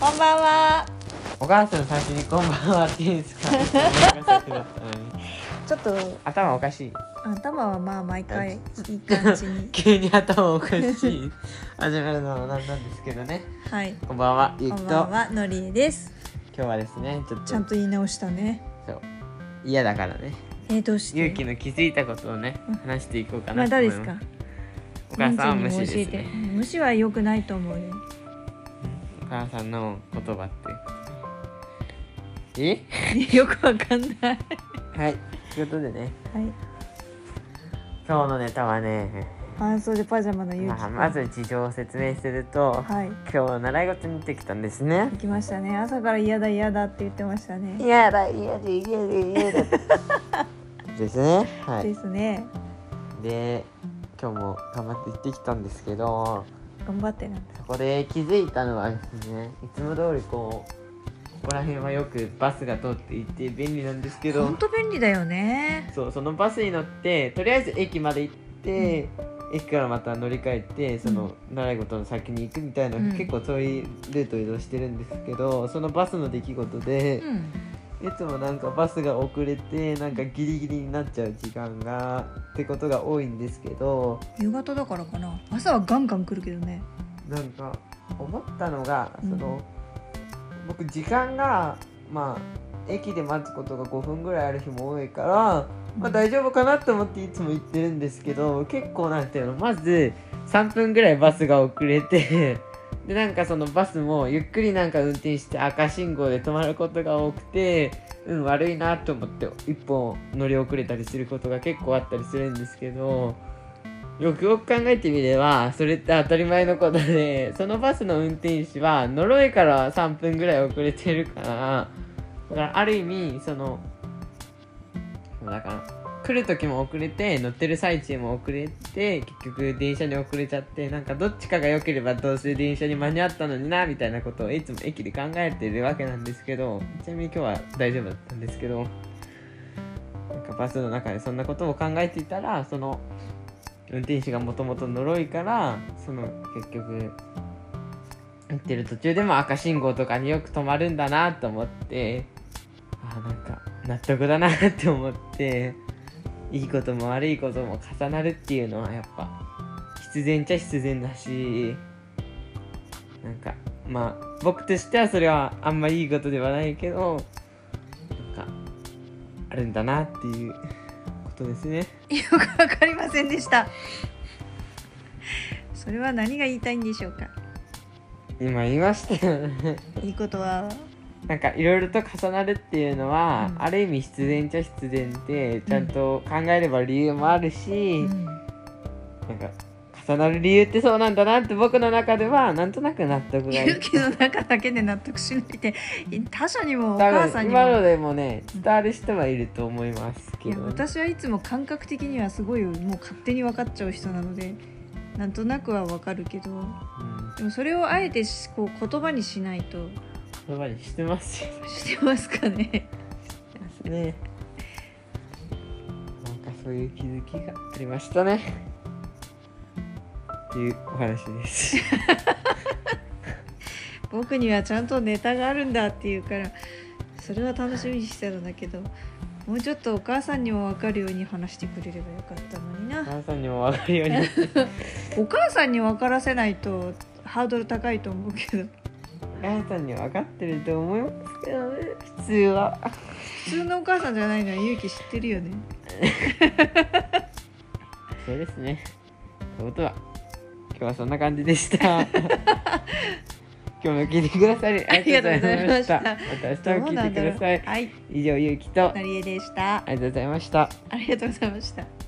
こんばんは。お母さん最初にこんばんはっていいですか。ごめんなさいくださいちょっと頭おかしい。。頭はまあ毎回いい感じに 急に頭おかしい。 始まるのはなんなんですけどね。はい。こんばんは、ゆこきと。んばん今はのりえです。日はですね、ちょっと。ちゃんと言い直したね。そう。嫌だからね。えー、どうして？ゆうきの気づいたことをねうん、話していこうかまなあと誰思いでますす。か？お母さんは無視です人数に教えてね。無視は良くないと思うよ。お母さんの言葉って。え？よくわかんない。はい。ということでね、はい。今日のネタはね、半袖パジャマのゆうきまあ、まず事情を説明すると、はい。今日習い事に行ってきたんですね行。きましたね。朝から嫌だ嫌だって言ってましたね。嫌だ嫌だ嫌だ嫌だ。です ね。はでい。すね。で、今日も頑張って行ってきたんですけど、頑張ってなんだ。そこで気づいたのはですね、いつも通りこう。ここら辺はよくバスが通っていて便利なんですけ ど本当便利だよね。そうそのバスに乗ってとりあえず駅まで行って、駅からまた乗り換えてその習い事の先に行くみたいな、うん結構遠いルートを移動してるんですけどそのバスの出来事でう、ん。いつもなんかバスが遅れてなんかギリギリになっちゃう時間がってことが多いんですけど夕方だからかな。朝はガンガン来るけどね。なんか思ったのがうそんの、僕時間がまあ駅で待つことが5分ぐらいある日も多いから、まあ、大丈夫かなと思っていつも行ってるんですけど結構なんていうのまず3分ぐらいバスが遅れて でなんかそのバスもゆっくりなんか運転して赤信号で止まることが多くてうん悪いなと思って一本乗り遅れたりすることが結構あったりするんですけどよくよく考えてみればそれって当たり前のことで そのバスの運転手は呪いから3分ぐらい遅れてるからだからある意味そのだから来る時も遅れて乗ってる最中も遅れて結局電車に遅れちゃってなんかどっちかが良ければどうせ電車に間に合ったのになみたいなことをいつも駅で考えてるわけなんですけどちなみに今日は大丈夫だったんですけどなんかバスの中でそんなことを考えていたらその運転手がもともと呪いからその結局行ってる途中でも赤信号とかによく止まるんだなと思ってあーなんか納得だなって思っていいことも悪いことも重なるっていうのはやっぱ必然っちゃ必然だしなんかまあ僕としてはそれはあんまりいいことではないけどなんかあるんだなっていうことですね。よく わかりませんでした。それは何が言いたいんでしょうか。今言いました よねいいことは、なんかいろいろと重なるっていうのは、うんある意味必然っちゃ必然でちゃんと考えれば理由もあるし、なんか重なる理由ってそうなんだなって僕の中ではなんとなく納得がい勇く気の中だけで納得しないで、他者にもお多母さんに分今のも。でもね伝わる人はいると思いますいけやど、ね、私はいつも感覚的にはすごいもう勝手に分かっちゃう人なのでなんとなくは分かるけどうんでもそれをあえてしこう言葉にしないと言葉にしてますよしてますかねねなんかそういう気づきがありましたねっていうお話です僕にはちゃんとネタがあるんだっていうからそれは楽しみにしてたんだけどもうちょっとお母さんにも分かるように話してくれればよかったのにな皆さんにも分かるようにお母さんに分からせないとハードル高いと思うけどお母さんには分かってると思いますけどね普通は普通のお母さんじゃないのは勇気知ってるよ ねそうですねということは今日はそんな感じでした今日も聞いてくださりありがとうございましたありがまた明日も聞いてくださいはい以上ゆうきとあなりえでしたりがとうございましたありがとうございました